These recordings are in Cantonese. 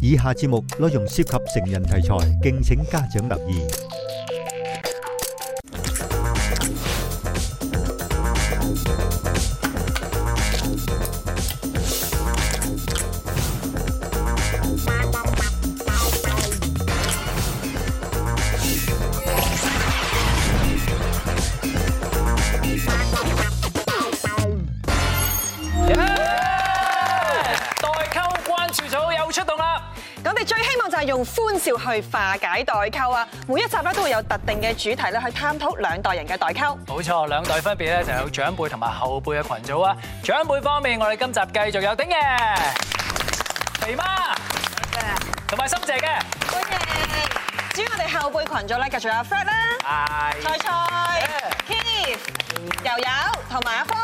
以下節目內容涉及成人題材，敬請家長留意。代溝關注組又出動啦！我哋最希望就係用歡笑去化解代溝啊！每一集咧都會有特定嘅主題咧去探討兩代人嘅代溝。冇錯，兩代分別咧就有長輩同埋後輩嘅群組啊。長輩方面，我哋今集繼續有丁嘅肥媽，同埋心姐嘅。至於我哋後輩群組咧，繼續有 Fred 啦、菜菜、Keith、油油同埋阿峰。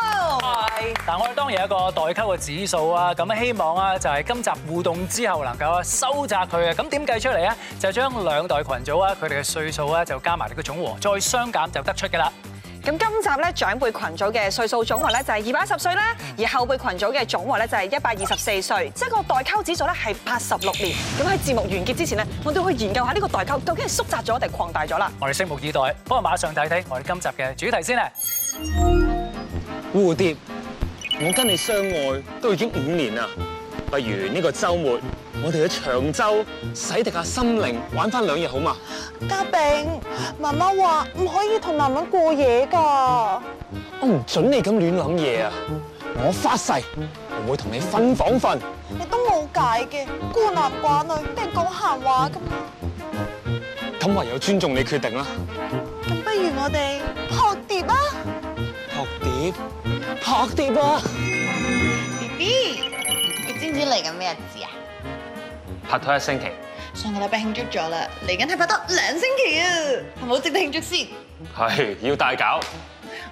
嗱，我哋當然有一個代溝嘅指數啊，咁希望啊就係今集互動之後能夠收窄佢嘅。咁點計出嚟啊？就將兩代群組啊，佢哋嘅歲數啊就加埋你個總和，再相減就得出㗎啦。咁今集咧長輩群組嘅歲數總和咧就係二百一十歲啦，而後輩群組嘅總和咧就係一百二十四歲，即係個代溝指數咧係八十六年。咁喺節目完結之前咧，我哋去研究下呢個代溝究竟係縮窄咗定擴大咗啦。我哋拭目以待。不過馬上睇睇我哋今集嘅主題先啊咧。蝴蝶，我跟你相愛都已經五年啦，不如呢個週末我哋去長洲洗滌下心靈，玩翻兩日好嘛？嘉炳，媽媽話唔可以同男人過夜㗎。我唔准你咁亂諗嘢啊！我發誓，我會同你分房瞓。你都冇解嘅，孤男寡女，俾人講閒話㗎嘛。咁唯有尊重你決定啦。咁不如我哋撲碟啊撲碟，撲碟啊！ ！B B，你知唔知嚟緊咩日子啊？拍拖一星期，上個禮拜慶祝咗啦，嚟緊係拍得兩星期啊，係咪好值得慶祝先？係要大搞。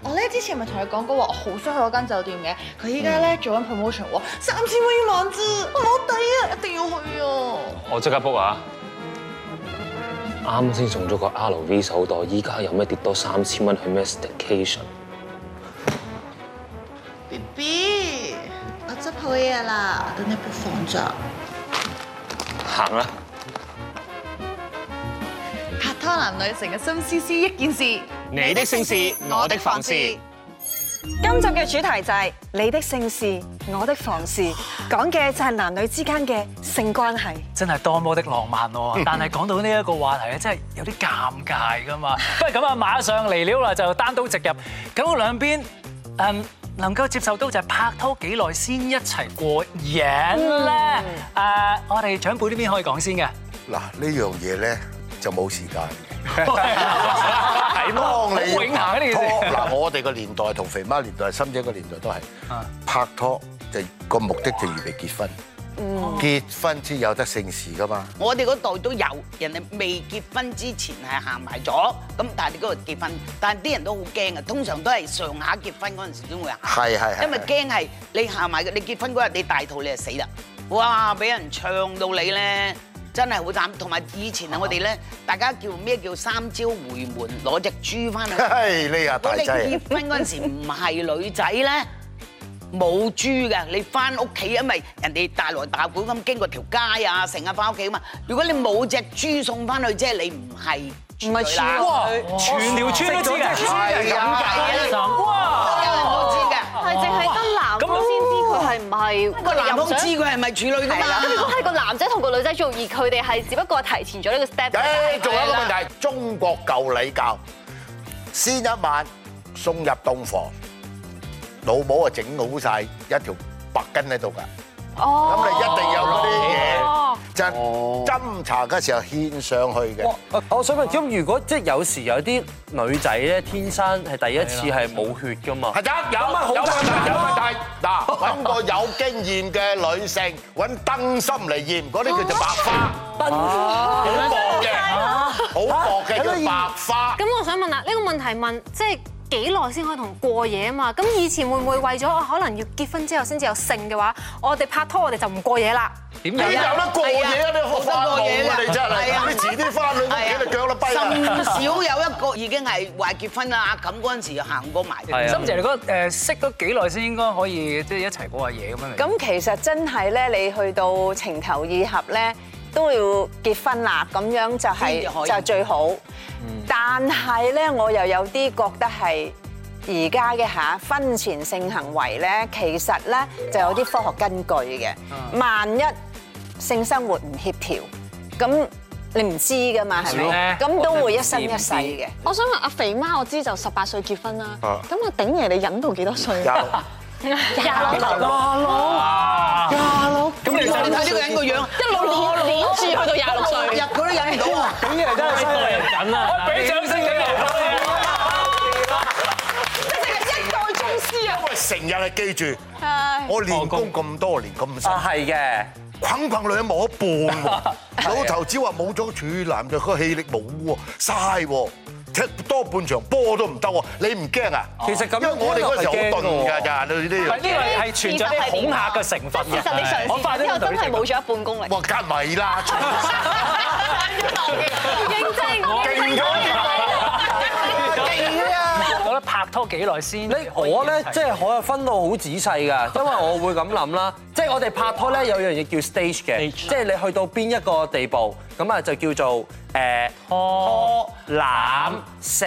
我咧之前咪同佢講過話，我好想去嗰間酒店嘅，佢依家咧做緊 promotion 喎，三千蚊一晚啫，嗯我冇抵啊，一定要去啊！我即刻 book 啊！啱先送咗個 LV 手袋，依家有咩跌多三千蚊去咩 staycation？ B B，我執好嘢啦，等你 book 房咋。行啦！拍拖男女成日心思思一件事，你的姓氏我的房事。今集嘅主題就係你的姓氏，我的房事，講嘅就係男女之間嘅性關係。真係多麼的浪漫 喎！但係講到呢一個話題咧，真係有啲尷尬噶嘛。 不如咁啊，馬上嚟料啦，就單刀直入。咁兩邊嗯能夠接受到就係拍拖幾耐先一齊過癮咧？誒，我哋長輩呢邊可以講先嘅。嗱，呢樣嘢咧就冇時間嘅。係當好你永恆呢件拍拖事。嗱，我哋個年代同肥媽年代、深姐個年代都係啊拍拖就個目的就預備結婚。結婚先有得姓氏噶嘛？我哋嗰代都有，人哋未結婚之前係行埋咗，咁但係你嗰度結婚，但係啲人都好驚啊，通常都係上下結婚嗰陣時先會行，係係係。因為驚係你行埋，你結婚嗰日你大肚你就死啦，哇！俾人唱到你咧，真係好慘。同埋以前啊，我哋咧大家叫咩叫三招回門，攞只豬 翻去。係你啊如果大你劑結，婚嗰陣時唔係女仔咧，冇豬嘅，你翻屋企，因為人哋大來大去咁經過條街啊，成日翻屋企啊嘛。如果你冇只豬送翻去，即係你唔係唔係豬豬啦，喎全條村都知嘅，係咁啊，計啊，哇！有人冇知嘅。係淨係得男方先知佢係唔係個男方又想知佢係咪處女㗎係啦。咁如嘛？果係個男仔同個女仔做，而佢哋係只不過係提前咗呢個 step。誒，仲有一個問題，中國舊禮教，先一晚送入洞房，老母啊整好晒一條白巾喺度㗎，哦咁你一定有嗰啲嘢。就斟茶嘅時候獻上去嘅。哦我想問，咁如果即係有時有啲女仔咧，天生係第一次係冇血噶嘛？啊係得有乜啊好有問題？有問題嗱，揾個有經驗嘅女性，揾燈芯嚟驗，嗰啲叫做白花，好薄嘅，好薄嘅叫白花。啊咁我想問啦，呢個問題問即係幾耐先可以同過夜啊嘛？咁以前會唔會為咗我可能要結婚之後先至有性嘅話，我哋拍拖我哋就唔過夜啦？你 Dạ, 有得過 à. 夜啊？你學翻路啊！你真係，你遲啲翻去屋企你腳都跛啦。甚少有一個已經係話結婚啦，咁嗰陣時又行過埋。係啊心姐，你覺得誒識咗幾耐先應該可以即係一齊過下夜咁樣嚟？咁其實真係咧，你去到情投意合咧，都要結婚啦，咁樣就係、先至可以嗯就最好。但係咧，我又有啲覺得係而家嘅嚇婚前性行為咧，其實咧就有啲科學根據嘅。啊萬一性生活唔協調，咁你唔知噶嘛，係係咯咪？咁都會一生一世嘅。我想問阿肥媽，我知就十八歲結婚啦。啊咁阿鼎爺，你忍到幾多歲啊？有。廿六，咁你睇呢個人個樣，一路攆住去到廿六歲。入佢都忍唔到啊！真係代人緊啦！我俾掌聲你因為成日係記住，我練功咁多年咁辛苦啊，係嘅，捆捆女冇一半喎，老頭子話冇咗處男就個氣力冇喎，嘥喎，踢多半場波都唔得喎，你唔驚啊？其實咁樣因為我哋嗰時好鈍㗎咋，你唔呢係呢個係存在啲恐嚇嘅成分嘅。其實你嘗我試快之後啲真係對冇咗一半功力。哇，梗係咪啦，認勁證咗勁啊！你覺得拍拖幾耐先？哎你我咧即係我係分到好仔細 㗎，因為我會咁諗啦，即係我哋拍拖咧有樣嘢叫 stage 嘅，即係你去到邊一個地步，咁啊就叫做誒拖攬錫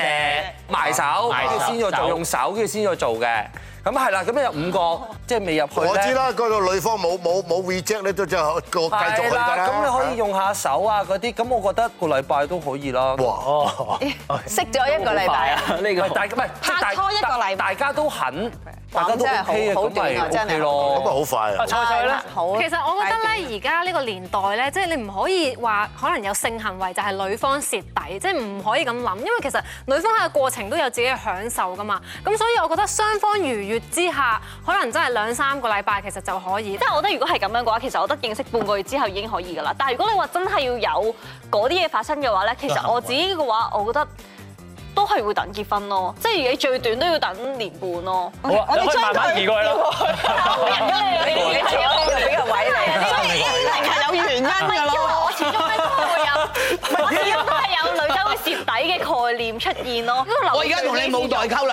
埋手，跟住先要做用手，跟住先要做嘅。咁係啦，咁有五個即係未入去我咧知。啦，嗰個女方冇冇冇 reject 咧，都就個繼續去係㗎啦，啦。咁你可以用下手啊嗰啲，咁我覺得個禮拜都可以啦。哇，哦哦識咗一個禮拜。啊啊呢個大唔係即係大拍拖一個禮拜大家都肯，大家都真係好 OK 嘅，好咁咪短啊真係 OK 咁啊咯。好快啊！菜菜咧，好啊。其實我覺得咧，而家呢個年代咧，即係你唔可以話可能有性行為就係女方蝕底，即係唔可以咁諗，因為其實女方喺個過程都有自己嘅享受噶嘛。咁所以我覺得雙方愉悅之下，可能真係兩三個禮拜其實就可以即。係我覺得如果係咁樣嘅話，其實我覺得認識半個月之後已經可以㗎啦。但係如果你話真係要有嗰啲嘢發生嘅話咧，其實我自己嘅話，我覺得都係會等結婚咯，即係你最短都要等年半咯。好啊，你可以慢慢移過去啦。你係有你俾個啊位你，所以呢係有原因㗎咯。因為我始終咧都會有，我始終都係有女仔會蝕底嘅概念出現咯。我而家同你冇代溝啦，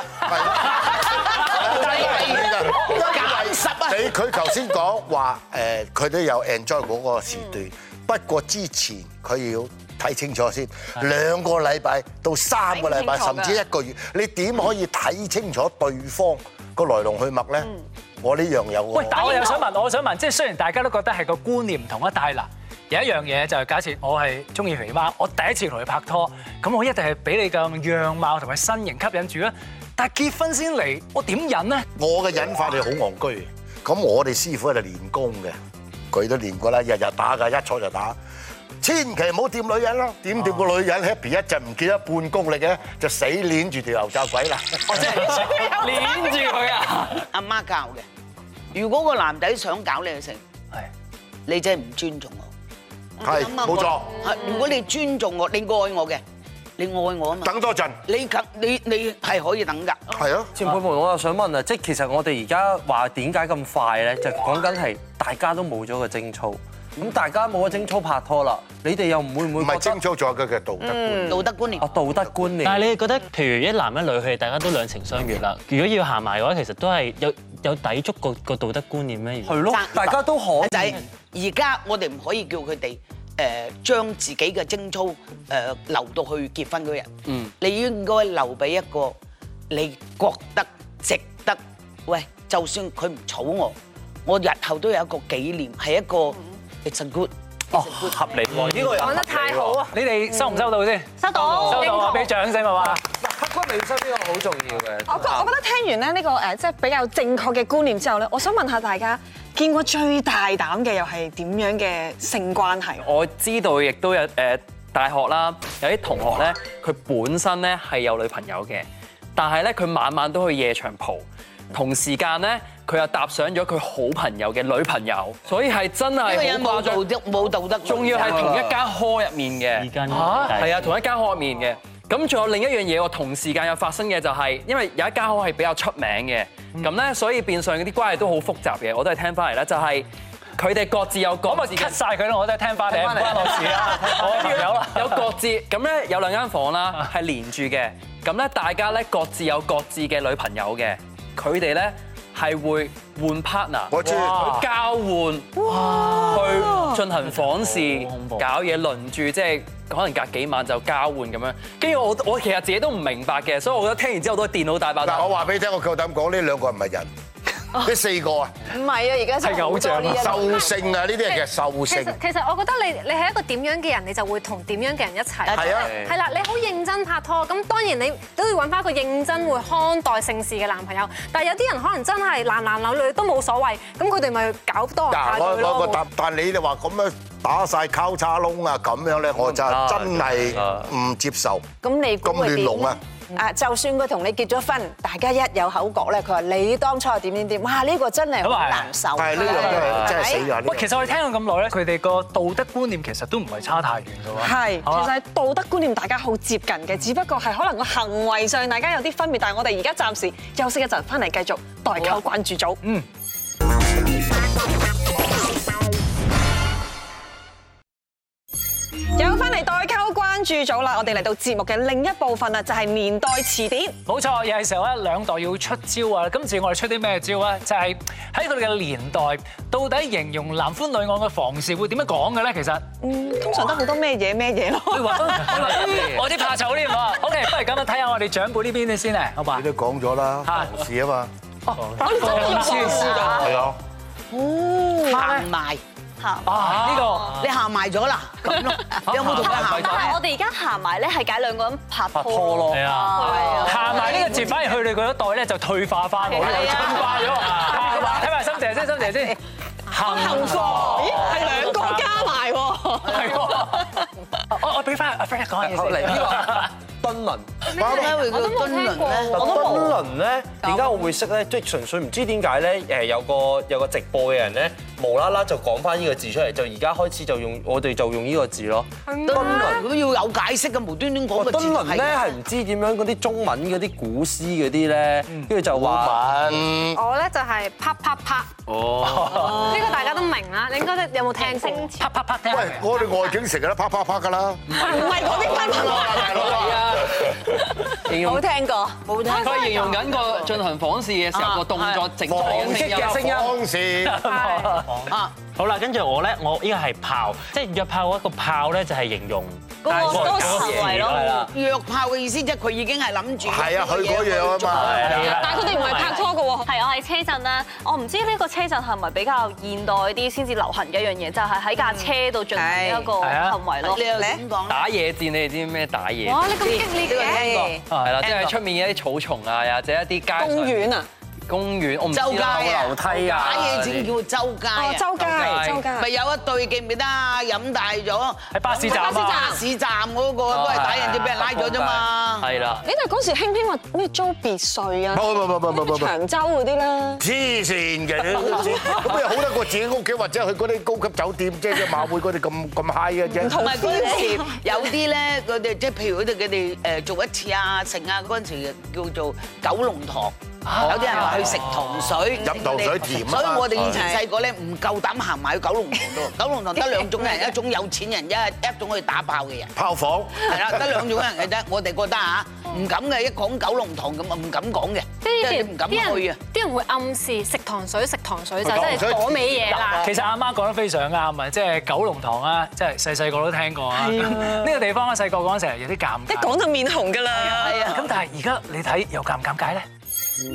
減減十啊你佢頭先講話誒，佢都有 enjoy 嗰個時段，不過之前佢要睇清楚先，兩個禮拜到三個禮拜，睇清楚甚㗎至一個月，你點可以睇清楚對方個來龍去脈咧？我呢樣有喂，但喎，我又想問，我想問，即係雖然大家都覺得係個觀念唔同啊，但係嗱，有一樣嘢就係假設我係中意肥媽，我第一次同佢拍拖，咁我一定係俾你嘅樣貌同埋身形吸引住啦。但係結婚先嚟，我點忍咧？我嘅引法你好戇居嘅，咁我哋師傅喺度練功嘅，佢都練過啦，日日打㗎，一坐就打。千祈唔好掂女人咯，掂掂個女人 happy 一陣唔見一半功力嘅，就死攆住條牛罩鬼啦。攆住 佢啊！阿媽教嘅。如果個男仔想搞你去性，係你真係唔尊重我。係冇錯，係如果你尊重我，你愛我嘅，你愛我啊嘛。等多陣。你咁你你係可以等㗎。係啊，前輩們，我又想問啊，即係其實我哋而家話點解咁快咧，就講緊係大家都冇咗個貞操，咁大家冇咗貞操拍拖啦，你哋又唔會唔唔會係覺得清楚咗佢嘅道德嗯觀。道德觀念啊道德觀念？但係你哋覺得，譬如一男一女，佢哋大家都兩情相悅啦。如果要行埋嘅話，其實都係有有抵觸個個道德觀念咩？係咯，大家都可仔，而家我哋唔可以叫佢哋誒將自己嘅貞操誒留到去結婚嗰日。嗯，你應該留俾一個你覺得值得。喂，就算佢唔娶我，我日後都有一個紀念，係一個 it's a good。哦合理喎，呢個又講得太好啊！你哋收 Ừ. 唔收到先？收到，收到啊！俾掌聲好嘛？刻骨銘心呢個好重要嘅。啊我覺我覺得聽完咧呢個誒即係比較正確嘅觀念之後咧，我想問下大家，見過最大膽嘅又係點樣嘅性關係？我知道亦都有誒大學啦，有啲同學咧，佢本身咧係有女朋友嘅，但係咧佢晚晚都去夜場蒲，同時間咧佢又搭上咗佢好朋友嘅女朋友，所以係真係呢個人好冇誇張道德，冇道德，仲要係同一間殼入面嘅，嚇係啊，同一間殼入面嘅。咁仲有另一樣嘢，我同時間有發生嘅就係，因為有一間殼係比較出名嘅，嗯咁咧所以變相嗰啲關係都好複雜嘅，我都係聽翻嚟啦，就係佢哋各自有各自嘅。啊晒佢啦，我都係聽 翻嚟，唔關我事啊啦，我朋友啦。啊有各自咁咧有兩間房啦，係連住嘅。咁咧大家咧各自有各自嘅女朋友嘅，佢哋咧係會換 partner，我知去交換，去進行房事，搞嘢輪住，即係可能隔幾晚就交換咁樣。跟住我我其實自己都唔明白嘅，所以我覺得聽完之後都係電腦大爆炸。嗱，我話俾你聽，我夠膽 講呢兩個唔係人，呢四個啊，唔係啊，而家真係好多呢一類獸性啊，呢啲係叫獸其性實。其實我覺得你你係一個點樣嘅人，你就會同點樣嘅人一齊。係啊係啦，你好認真拍拖，咁當然你都要揾翻一個認真會看待性事嘅男朋友。但係有啲人可能真係男男女女都冇所謂，咁佢哋咪搞多人派嗱，我對我我咯。答，但你哋話咁樣打晒交叉窿啊，咁樣咧，我就真係唔接受。咁你估咁佢亂點龍咧啊？啊，就算佢同你結咗婚，大家一有口角咧，佢話你當初係點點點，哇！呢個真係好難受。啊啊喂，其實我哋聽咗咁耐咧，佢哋個道德觀念其實都唔係差太遠嘅喎。係，其係嘛啊實係道德觀念大家好接近嘅，只不過嗯係可能個行為上大家有啲分別，但係我哋而家暫時休息一陣，翻嚟繼續代啊溝關注組。嗯。有翻嚟代溝關注組啦，我哋嚟到節目嘅另一部分啦，就係年代詞典。冇錯，又係時候咧，兩代要出招啊！今次我哋出啲咩招咧？就係喺佢哋嘅年代，到底形容男歡女愛嘅房事會點樣講嘅咧？其實，嗯，通常都好多咩嘢咩嘢咯。 我啲怕醜 添啊！OK，不如咁樣睇下我哋哦長輩呢邊先啊，好嘛？你都講咗啦，房事啊嘛。我哋真係要講㗎係啊，哦，行埋行啊呢個你行埋咗啦，咁咯，你 有冇同佢行但係埋我？哋而家行埋咧，係解兩個人拍拍拖拖咯，咯，係啊，行埋呢個字，反而佢哋嗰一代咧就退化翻，我哋又進化咗。啊睇埋心姐先，心姐先，行過，咦，係兩個加埋喎，係喎，我我俾翻阿 Frank 講嘢好嚟先。呢個敦倫，點解會叫敦倫咧？我都冇。敦倫咧，點解我會識咧？即係純粹唔知點解咧？誒有個有個直播嘅人咧，無啦啦就講翻呢個字出嚟，就而家開始就用我哋就用呢個字咯。敦倫都要有解釋嘅，無端端講個字敦倫咧係啊唔知點樣嗰啲中文嗰啲古詩嗰啲咧，跟住就話嗯我咧就係啪啪啪，哦呢個大家都明啦。你應該都有冇聽過？啪啪啪聽喂，我哋外景成日都啪啪啪㗎啦。唔係嗰啲雞係啊大佬啊形容聽過，冇聽佢係形容緊個進行房事嘅時候個動作整出嚟嘅聲音。房事啊， 好啦，跟住我咧，我呢個係炮，即係約炮嗰個炮咧，就係形容嗰大個嗰個概嗰個行為嘢咯啦，約炮嘅意思即係佢已經係諗住係啊，佢嗰樣啊係嘛。啦但係佢哋唔係啊拍拖嘅喎，係我喺車震啦。我唔知呢個車震係咪比較現代啲先至流行嘅一樣嘢，就係喺架嗯車度進行一個啊行為咯。你又點講咧？啊打野戰，你哋知唔知咩打野戰？哇！你咁激烈嘅，啊係啦，即係出面一啲草叢啊，又或者一啲街上公園啊，公園我唔知周街啦，啊，樓梯啊，打野戰叫周街啊哦，周街周街咪有一對記唔記得啊？飲大咗喺巴士站啊巴士站嗰個都係打人啫，俾人拉咗啫嘛。係啦，你哋嗰時興興話咩租別墅啊？冇冇冇冇冇冇冇長洲嗰啲啦。黐線嘅， 咁又好得過自己屋企或者去嗰啲高級酒店，即係馬會嗰啲咁咁 high 嘅 啫。同埋嗰陣時有啲咧，佢哋即係譬如佢哋佢哋誒做一次啊，成啊嗰陣時叫做九龍塘。有啲人話去食糖水，啊飲糖水甜啊嘛所以我哋以前細個咧唔夠膽行埋去九龍塘度。九龍塘得兩種人，一種有錢人，一一種去打炮嘅人。炮房係啦，得兩種人嘅啫。我哋覺得啊，唔敢嘅，一講九龍塘咁啊，唔敢講嘅，即係即以係你唔前敢啲去啊人。啲人會暗示食糖水食糖水就真糖係水嗰味嘢啦。其實阿媽講得非常啱啊，即係九龍塘啊，即係細細個都聽過啊。係啊 呢個地方咧，細個嗰陣時係有啲尷一尬。講就面紅㗎啦。係啊咁但係而家你睇有尷唔尷尬咧？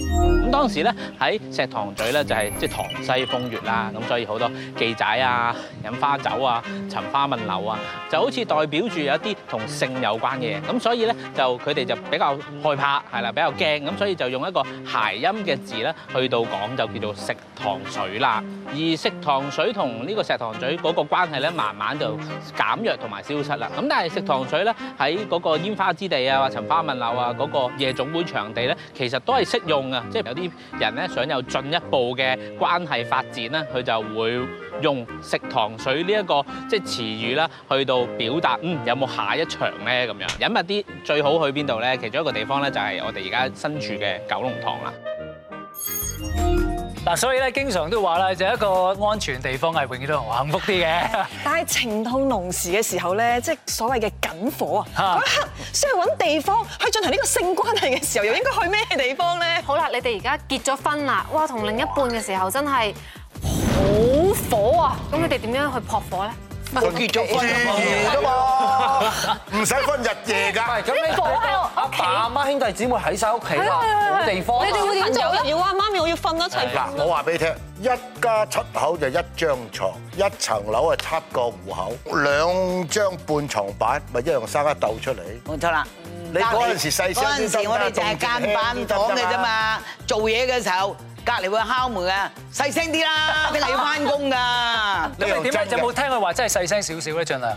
咁當時咧喺石塘咀咧就係即係塘西風月啦，咁所以好多記仔啊、飲花酒啊、尋花問柳啊，就好似代表住有一啲同性有關嘅嘢，咁所以咧就佢哋就比較害怕，係啦，比較驚，咁所以就用一個諧音嘅字咧去到講就叫做食糖水啦。而食糖水同呢個石塘咀嗰個關係咧，慢慢就減弱同埋消失啦。咁但係食糖水咧喺嗰個煙花之地啊、或尋花問柳啊嗰、個夜總會場地咧，其實都係適用啊。即係有啲人咧想有進一步嘅關係發展咧，佢就會用食糖水呢、一個即係詞語啦，去到表達嗯有冇下一場咧咁樣。隱密啲最好去邊度咧？其中一個地方咧就係我哋而家身處嘅九龍塘啦。嗱，所以咧，經常都話啦，就一個安全地方係永遠都好幸福啲嘅。但係情到濃時嘅時候咧，即係所謂嘅緊火啊！嗰一刻需要揾地方去進行呢個性關係嘅時候，又應該去咩地方咧？好啦，你哋而家結咗婚啦，哇，同另一半嘅時候真係好火啊！咁你哋點樣去撲火咧？結咗婚㗎嘛，唔使分日夜㗎。咁你阿爸阿媽兄弟姊妹喺晒屋企啦，冇地啊方啊。要啊，媽咪，我要瞓一齊嗱，我話俾你聽，一家七口就一張床，一層樓啊七個户口，兩張半床板咪一樣生一竇出嚟。冇錯啦。你嗰陣時細嗰聲啲陣時我哋就係間班房嘅啫嘛，做嘢嘅時候隔離會敲門啊，細聲 啲啦，聽日要翻工㗎。咁你點解有冇聽佢話真係細聲少少咧？盡量唔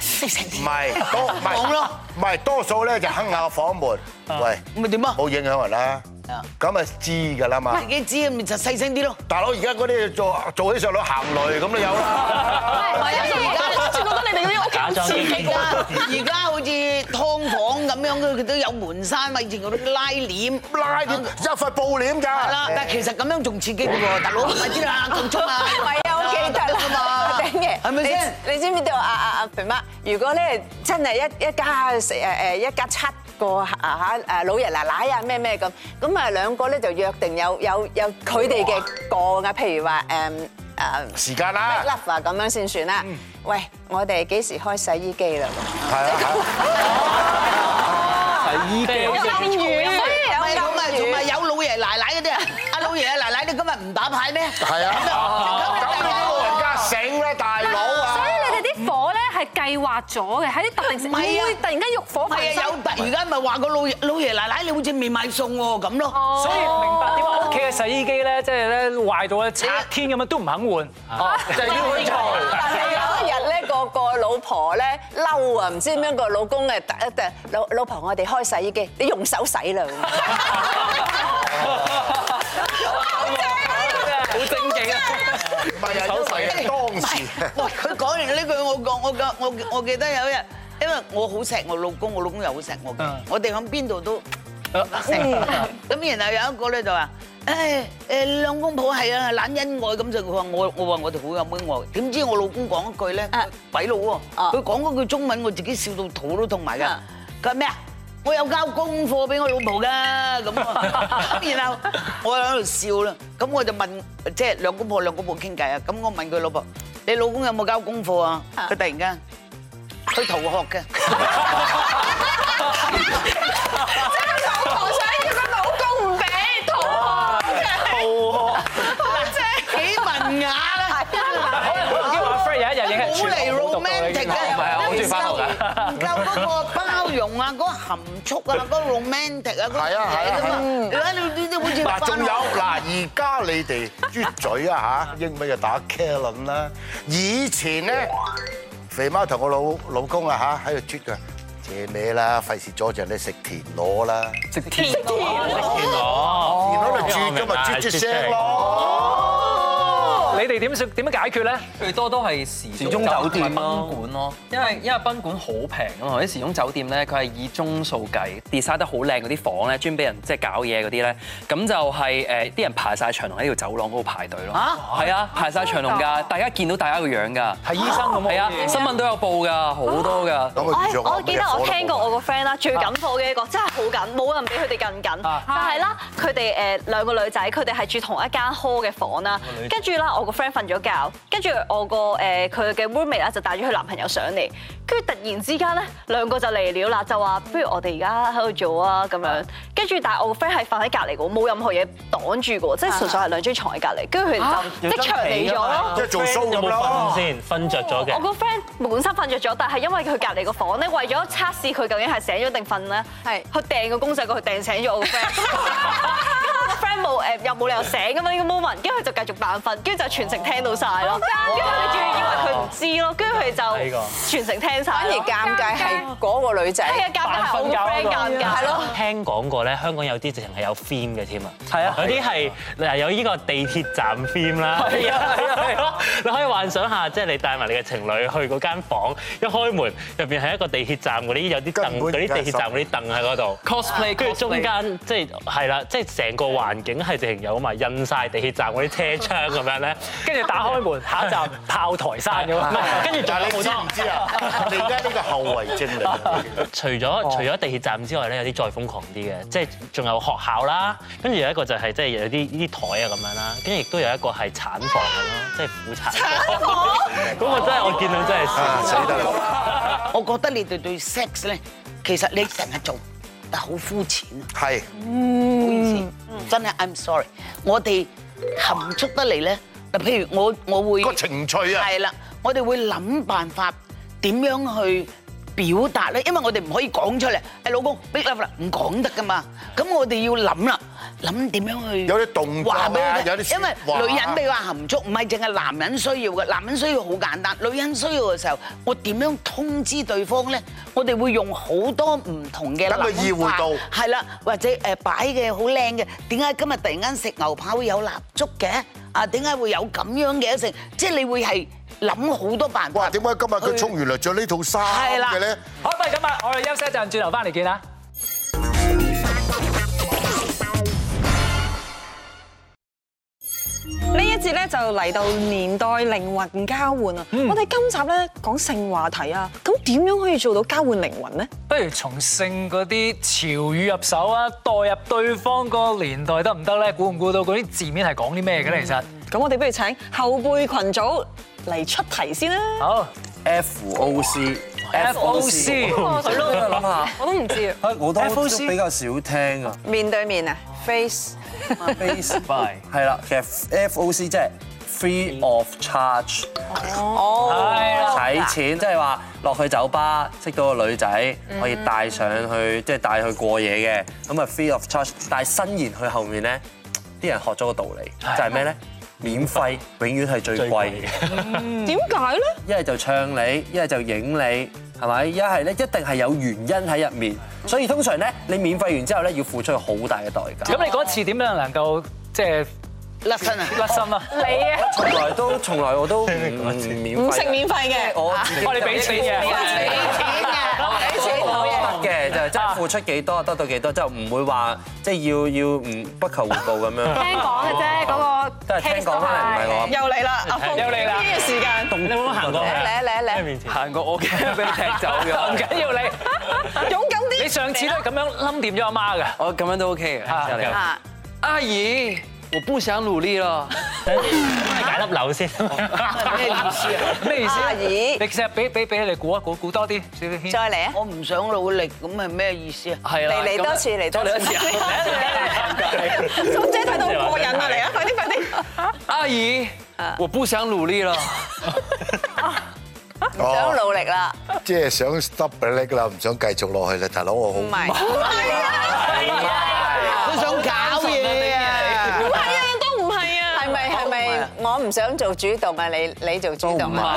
係，多唔係咯，唔係多數咧就哼下房門，喂，咪點啊？冇影響人啦，咁啊知㗎啦嘛。自己知咪就細聲啲咯。大佬而家嗰啲做做起上嚟行雷咁都有啦。啊係而家覺得 你哋嗰啲屋企好刺激啊！而家好似劏房咁樣，佢都有門閂，以前嗰啲拉簾，拉簾一塊布簾㗎。係啦，但係其實咁樣仲刺激喎，大佬咪知啦，咁 衝啊！唔係 啊，我記得啦嘛，頂嘅，係咪先？你你知唔知道啊啊啊肥媽？如果咧真係一一家誒誒一家七個啊啊誒老爺奶奶啊咩咩咁，咁啊兩個咧就約定有有有佢哋嘅個啊，譬如話誒誒時間啦 make love 啊咁樣先算啦。喂，我哋幾時開洗衣機啦？係啊。洗衣有暗語咪同埋同埋有老爺奶奶嗰啲啊！阿老爺奶奶，你今日唔打牌咩？係啊，咁你啲老人家醒啦，大佬啊！所以你哋啲火咧係計劃咗嘅，喺啲特定時唔係啊會突然間欲火唔係焚身啊，有突而家咪話個老爺老爺奶奶，你好似未買餸喎咁咯。所以明白點解屋企嘅洗衣機咧，即係咧壞到咧拆天咁樣都唔肯換，就係要去但係有一日咧，個個老婆咧嬲啊，唔知點樣個老公誒突一突老老婆，我哋開洗衣機，你用手洗啦。 好正經啊！唔係啊，因為當時喂，佢講完呢句，我講我講我我記得有一日，因為我好錫我老公，我老公又好錫我嘅，我哋喺邊度都 Ờ, 錫。咁然後有一個咧就話：，誒誒兩公婆係啊懶恩愛咁就佢話我我話我哋好有恩愛，點知我老公講一句咧鬼佬喎，佢講嗰句中文我自己笑到肚都痛埋㗎。佢話咩啊？我有交功課俾我老婆㗎，咁啊，咁然後我喺度笑啦，咁我就問，即係兩公婆兩公婆傾偈啊，咁我問佢老婆：你老公有冇交功課啊？佢突然間，佢逃學嘅。幾文雅啦！即係話 Fred 有一日影係好全嚟部冇讀過嘅 romantic 啊！唔係啊我好中意返學㗎唔夠嗰個包容啊，嗰個含 蓄啊，嗰個 romantic 啊，嗰個係啊係啊嘢㗎嘛嗯！而家你你你好似嗱，仲有返學嗱，而家你哋啜嘴啊嚇，英文就打 Karen 啦。以前咧，肥媽同我老老公啊嚇喺度啜㗎，借咩啦，費事阻住人哋食田螺啦。食田螺，田螺，田螺咪啜咗咪啜啜聲咯。哦你哋點點樣解決咧？最多都係時鐘酒店同埋賓館咯，因為因為賓館好平啊嘛，啲時鐘酒店咧佢係以鐘數計 design 得好靚嗰啲房咧，專俾人即係搞嘢嗰啲咧，咁就係誒啲人排晒長龍喺條走廊嗰度排隊咯，係啊，排晒長龍㗎，大家見到大家個樣㗎，係醫生咁係啊，新聞都有報㗎，好多㗎。唉啊哎我記得我聽過我個 friend 啦，啊最緊火嘅一個真係好緊，冇人比佢哋更啊緊。但係啦，佢哋誒兩個女仔，佢哋係住同一間 hall 嘅房啦。跟住啦，我我個 friend 瞓咗覺，跟住我個誒佢嘅 roommate 咧就帶咗佢男朋友上嚟，跟住突然之間咧兩個就嚟了啦，就話不如我哋而家喺度做啊咁樣，跟住但係我個 friend 係瞓喺隔離嘅喎，冇任何嘢擋住嘅喎，即係純粹係兩張床喺隔離，跟住佢哋就即場嚟咗咯。有冇瞓先？瞓着咗我個嘅。 friend 本身瞓着咗，但係因為佢隔離個房咧，為咗測試佢究竟係醒咗定瞓咧，係佢掟個公仔過去掟醒咗我個 friend。咁我個 friend 冇誒又冇理由醒㗎嘛呢個 moment，跟住佢就繼續扮瞓，跟住就全程聽到晒咯。跟住佢仲要以為佢唔知咯，跟住佢就全程聽晒。反而尷尬係嗰個女仔，係啊，尷尬係我個 friend 尷尬。係咯。聽講過咧，香港有啲直情係有 theme 嘅添啊，係啊，有啲係嗱有呢個地鐵站 theme 啦，係啊係啊係咯，你可以幻想下，即係你帶埋你嘅情侶去嗰間房，一開門入邊係一個地鐵站嗰啲有啲凳，嗰啲地鐵站嗰啲凳喺嗰度 Cosplay，跟住中 cosplay 間即係係啦，即係成個環境係直情有埋印晒地鐵站嗰啲車窗咁樣咧， 跟住打開門下一 站炮台山 咁啊唔係跟住仲但係有你好知多唔。知啊？ 你而家呢個後遺症嚟㗎。除咗哦除咗地鐵站之外咧，有啲再瘋狂啲嘅，即係仲有學校啦，跟住有一個就係即係有啲呢啲台啊咁樣啦，跟住亦都有一個係產房咁啦，即係婦產房。嗰個真係我見到真係啊死得啦！我覺得你哋對 sex 咧，其實你成日做，但好膚淺啊！係，唔好意思，真係 I'm sorry。我哋含蓄得嚟咧，嗱，譬如我我會個情趣啊，係啦，我哋會諗辦法點樣去表達咧，因為我哋唔可以講出嚟。誒，老公，big love 啦，唔講得噶嘛。咁我哋要諗啦，諗點樣去有啲動作啊話俾佢聽有啲説因為話啊女人比較含蓄，唔係淨係男人需要嘅。男人需要好簡單，女人需要嘅時候，我點樣通知對方咧？我哋會用好多唔同嘅等佢意會到諗法係啦，或者誒擺嘅好靚嘅，點解今日突然間食牛扒會有蠟燭嘅？啊，點解會有咁樣嘅食？即係你會係諗好多辦 法。哇！點解今日佢沖完涼着呢套衫嘅咧？好，不如咁啊，我哋休息一陣，轉頭翻嚟見啊啦。呢一節咧就嚟到年代靈魂交換啊！嗯我哋今集咧講性話題啊，咁點樣可以做到交換靈魂呢？不如從性嗰啲潮語入手啊，代入對方個年代得唔得咧？估唔估到嗰啲字面係講啲咩嘅咧？其實咁我哋不如請後輩群組嚟出題先啦。好 F O C 係 FOC 咯諗下，我都唔知啊我都 FOC 比較少聽啊。面對面啊，face à? Face by 係啦，其實 F O C 即係 free of charge，啊哦使錢，即係話落去酒吧識到個女仔，嗯可以帶上去，即係帶去過夜嘅，咁啊 free of charge。但係伸延去後面咧，啲人學咗個道理，就係咩咧？免費永遠係最貴嘅。點解咧？一係就唱你，一係就影你，係咪？一係咧一定係有原因喺入面，所以通常咧你免費完之後咧要付出好大嘅代價。咁你嗰次點樣能夠即係甩身啊？甩身啊！你啊從來都從來我都唔免費，唔食免費嘅我自己我哋俾錢嘅我自己俾錢嘅我自己嘅就係真係付出幾多得到幾多，就唔會話即係要要唔不求回報咁樣。聽講嘅啫，嗰個都係聽講啦唔係我又嚟啊啦阿峰又嚟啦呢個時間你有冇行過嚟嚟嚟行過我驚俾你踢走嘅， 唔緊要你勇敢啲。你上次都係咁樣冧掂咗阿媽㗎。啊我咁樣都 OK 真係嘅。阿姨，我不想努力 啦。解粒樓先。咩意思啊？咩意思？阿你其實俾俾俾你估一估，估多啲少少再嚟啊！我唔想努力，咁係咩意思啊？係啦嚟嚟多次嚟多次再嚟一次啊總姐睇到過癮啊！嚟啊，快啲快啲！阿姨，我不想努力啦。唔想努力啦，即係想 stop 你啦，唔想繼續落去啦，大佬我好唔係，係啊，佢想搞嘢啊，係啊，都唔係啊，係咪係咪我唔想做主動啊？你你做主動啊？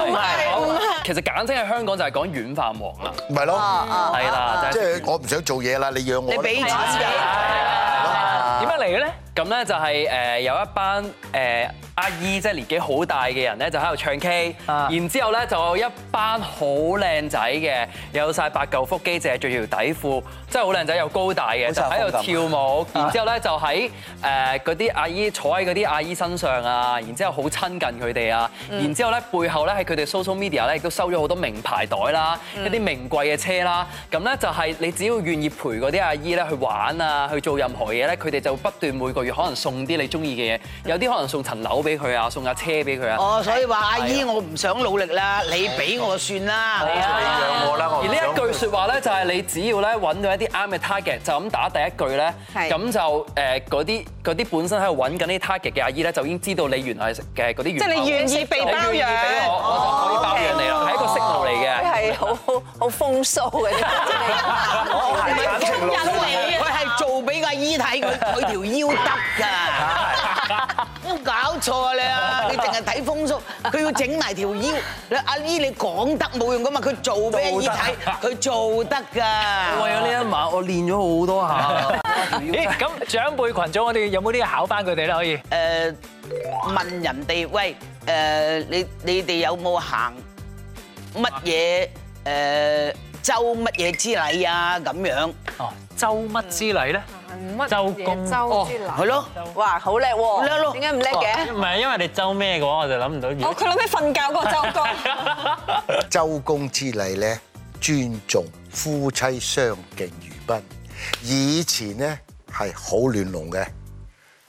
其實簡稱喺香港就係講軟飯王啦。咪哦咯，Ờ, 係啦，即係我唔想做嘢啦，你養我啦。俾錢點樣嚟嘅咧？啊咁咧就係誒有一班誒阿姨，即係年紀好大嘅人咧，就喺度唱 K，然之後咧就有一班好靚仔嘅，有晒八嚿腹肌，淨係著條底褲，真係好靚仔又高大好嘅，似就阿喺峰咁度跳舞。啊然之後咧就喺誒嗰啲阿姨坐喺嗰啲阿姨身上啊，然之後好親近佢哋啊，嗯然之後咧背後咧喺佢哋 social media 咧亦都收咗好多名牌袋啦，嗯一啲名貴嘅車啦，咁咧就係你只要願意陪嗰啲阿姨咧去玩啊，去做任何嘢咧，佢哋就不斷每個月月可能送啲你中意嘅嘢，嗯有啲可能送層樓俾佢啊，送架車俾佢啊。哦，所以話阿姨，我唔想努力啦，你俾我算啦。係啊，而呢一句説話咧，就係你只要咧揾到一啲啱嘅 target，就咁打第一句咧，係咁就誒嗰啲嗰啲本身喺度揾緊呢啲 target 嘅阿姨咧，就已經知道你原來係嘅嗰啲源即係你願意被包養你願意俾我，我就可以包養你啦，係一個 signal 嚟嘅。係好好好風騷嘅啫，我係感情路嚟，佢係做俾個姨睇， 佢佢條腰得㗎。搞錯你 啊！你淨係睇風叔，佢要整埋條腰。你阿姨你講得冇用㗎嘛，佢做俾阿姨睇，佢做得㗎。為咗呢一晚，我練咗好多下。 咦，咁長輩群組，我哋有冇啲嘢考翻佢哋咧？可以？誒，問人哋喂誒，你你哋有冇行乜嘢誒周乜嘢之禮啊？咁樣哦，周乜之禮咧？周公周之禮係咯，哇，好叻喎！叻咯，點解唔 Ờ, 叻嘅？唔係因為你周咩嘅話，我就諗唔到。哦，佢諗起瞓覺嗰個周公。周公之禮咧，尊重夫妻相敬如賓。以前咧係好亂龍嘅，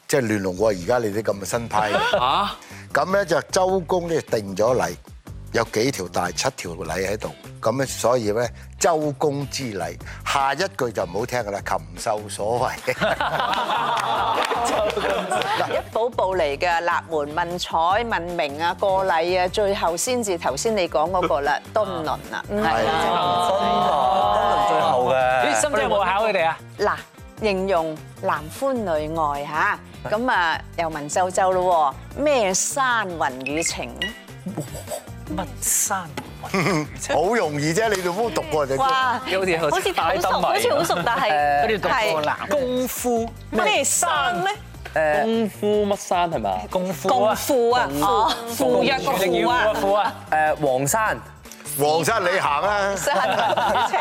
即係亂龍過而家你啲咁嘅新派嘅。嚇！咁咧就周公咧定咗禮，有幾條大七條禮喺度。咁咧所以咧周公之禮，下一句就唔好聽噶啦，禽獸所 為。一步步嚟嘅，立門問彩問名啊，過禮啊，最後先至頭先你講嗰個啦，敦倫啦，係啊最後嘅。咦，深圳有冇考佢哋啊？嗱，形容男歡女愛嚇，咁啊又文縐縐咯喎，咩山雲雨情？乜山？ 好容易啫，你哋都讀過就知。哇好似好似好熟好似好熟 但係佢哋讀過啦功夫咩山咧？功夫乜山係嘛？功夫共富啊，哦，夫富弱個富啊，富啊！誒，黃山。黃山你行啦。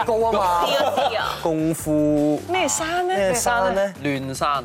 高啊嘛。功夫。咩山咧？咩山咧？亂山啊！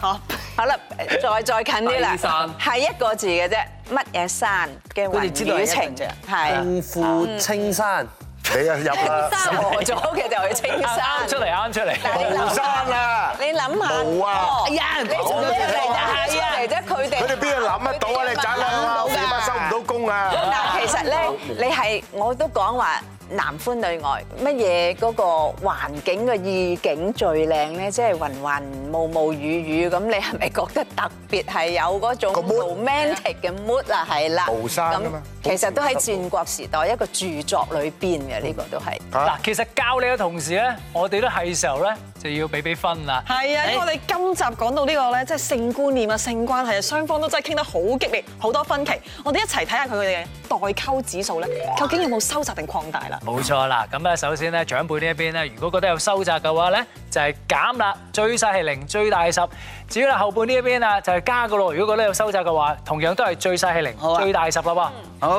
好，好啦，再再近啲啦大山，係一個字嘅啫，乜嘢山嘅雲佢哋知道係雨一個情啫，係嗯功夫青山。你啊入啦傻咗嘅就去青山啱出嚟，啱出嚟。無山啊！你諗下，冇啊哎呀，你做咩嚟啫？係啊，嚟啫，佢哋佢哋邊度諗得到啊？你仔啦，我而家收唔到工啊！嗱，其實咧，你係我都講話男歡女愛，乜嘢嗰個環境嘅意境最靚咧？即係雲雲霧霧雨雨咁，你係咪覺得特別係有嗰種 romantic 嘅 mood 啊？係啦，無山啊嘛咁其實都喺戰國時代一個著作裏邊嘅呢個都係。嗱，其實教你嘅同時咧，我哋都係時候咧就要俾俾分啦。係啊，因為我哋今集講到呢個咧，即係性觀念啊、性關係啊，雙方都真係傾得好激烈，好多分歧。我哋一齊睇下佢哋嘅代溝指數咧，究竟有冇收窄定擴大啦？冇錯啦，咁咧首先咧長輩呢一邊咧，如果覺得有收窄嘅話咧，就係減啦，最細係零，最大係十。至於咧後半呢一邊啊，就係加噶咯。如果覺得有收窄嘅話，同樣都係最細係零，最大係十啦喎。好。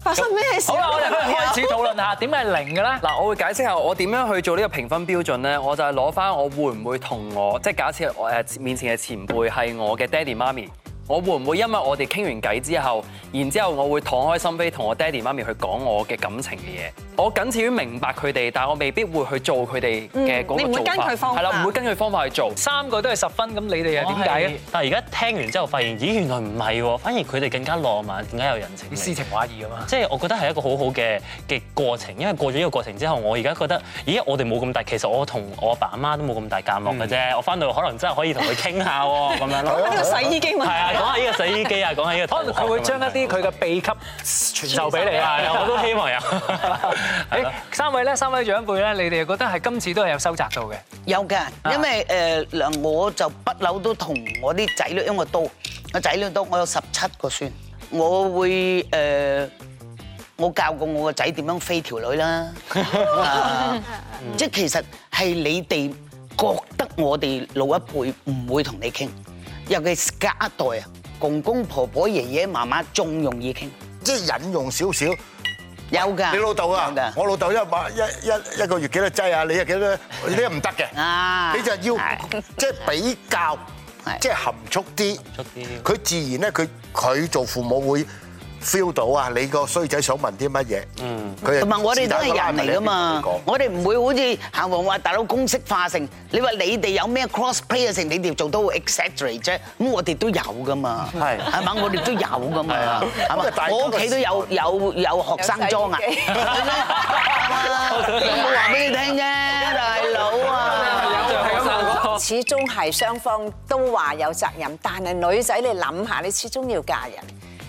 發生咩事？好啦，我哋不如開始討論下點解係零嘅咧？嗱，我會解釋下我點樣去做呢個評分標準咧。我就係攞翻我會唔會同我，即係假設我誒面前嘅前輩係我嘅爹哋媽咪，我會唔會因為我哋傾完偈之後，然之後我會敞開心扉同我爹哋媽咪去講我嘅感情嘅嘢。我僅次於明白佢哋，但我未必會去做佢哋嘅嗰個做嗯法。你唔會跟佢方法係啦，唔會跟佢方法去做。三個都係十分，咁你哋又點解啊咧？但係而家聽完之後發現，咦原來唔係喎，反而佢哋更加浪漫，更加有人情味。詩情畫意咁啊！即係我覺得係一個好好嘅嘅過程，因為過咗呢個過程之後，我而家覺得，咦，我哋冇咁大，其實我同我阿爸阿媽都冇咁大間落嗯嘅啫，我翻到可能真係可以同佢傾下喎，哦咁樣 咯。呢個洗衣機問題係啊， 講下呢個洗衣機啊，講下呢個。可能佢會將一啲佢嘅秘笈傳授俾 你啊！係啊，我都希望有。 誒，三位咧，三位長輩咧，你哋覺得係今次都係有收窄 到嘅？有㗎，因為誒嗱，我就不嬲都同我啲仔女，因為我多，我仔女多，我有十七個孫，我會誒，我教過我個仔點樣飛條女啦，啊即係其實係你哋覺得我哋老一輩唔會同你傾，尤其是隔一代啊，公公婆婆、爺爺嫲嫲仲容易傾，即係引用少少。有㗎，你老豆啊有㗎，我老豆一晚一一一個月幾多劑啊？你又幾多？你又唔得嘅。啊你就要即係比較，即係含蓄啲。啲佢自然咧，佢佢做父母會 feel 到啊，你個衰仔想問啲乜嘢？嗯，佢同埋我哋都係人嚟噶嘛，我哋唔會好似行王話大佬公式化成，你話你哋有咩 cross play 啊成，你哋做到 exaggerate 啫，咁我哋都有噶嘛，係係嘛，我哋都有噶嘛係啊，係嘛咁啊大，家我屋企都有有有學生裝啊，我話俾你聽啫，大佬 à. 啊，始終係雙方都話有責任，但係女仔你諗下，你始終要嫁人，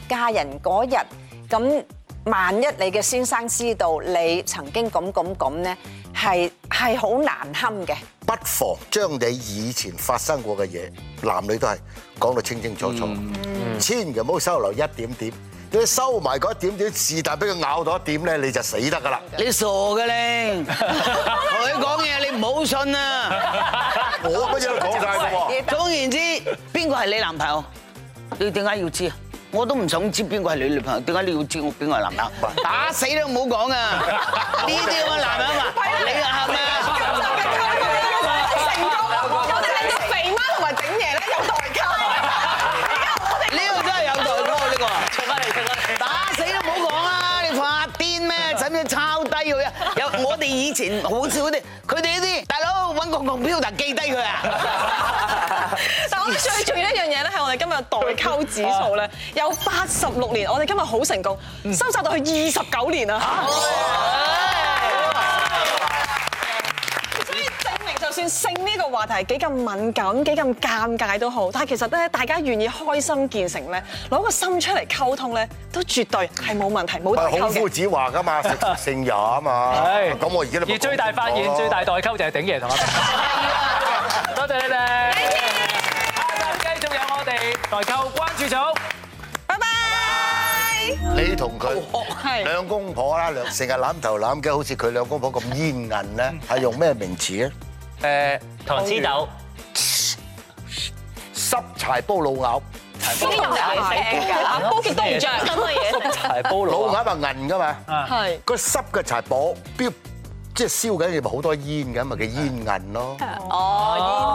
嫁人嗰日咁，萬一你嘅先生知道你曾經咁咁咁呢，係係好難堪嘅。不妨將你以前發生過嘅嘢，男女都係講到清清楚楚，嗯千祈唔好收留一點點。你收埋嗰一點點，是但俾佢咬到一點咧，你就死得㗎啦！你傻嘅咧，佢講嘢你唔好信啊！我乜嘢都講晒㗎喎。總言之，邊個係你男朋友？你點解要知啊？我都唔想知邊個係你女朋友，點解你要知我邊個係男朋友？打死都唔好講啊！呢啲咁嘅男人話，你啊係咪啊？肥媽同埋整嘢咧有代溝，呢個真係有代溝呢個。打死都唔好講啦！你發癲咩？使唔使抄低佢啊？有我哋以前好少啲，佢哋呢啲大佬揾個 computer 記低佢啊！但我哋最重要一樣嘢咧，係我哋今日代溝指數咧有八十六年，我哋今日好成功，收窄到去二十九年啊！所以證明就算性呢個話題幾咁敏感、幾咁尷尬都好，但係其實咧，大家願意開心見誠咧，攞個心出嚟溝通咧，都絕對係冇問題、冇代喂孔溝夫嘅。子話㗎 嘛，食性也啊嘛。咁我而家都而最大發現、最大代溝就係頂爺同阿多謝你哋。下集繼續有我哋代溝關注組。你同佢兩公婆啦，兩成日攬頭攬頸，好似佢兩公婆咁煙韌嗯咧，係用咩名詞啊咧？誒，糖黐豆、濕柴煲老鴨。呢樣嘢係 㗎煲極都唔着咁嘅嘢柴煲老鴨咪韌㗎嘛，係個濕嘅柴火標，即係燒緊嘢咪好多煙㗎嘛，叫煙韌咯。哦，哦啊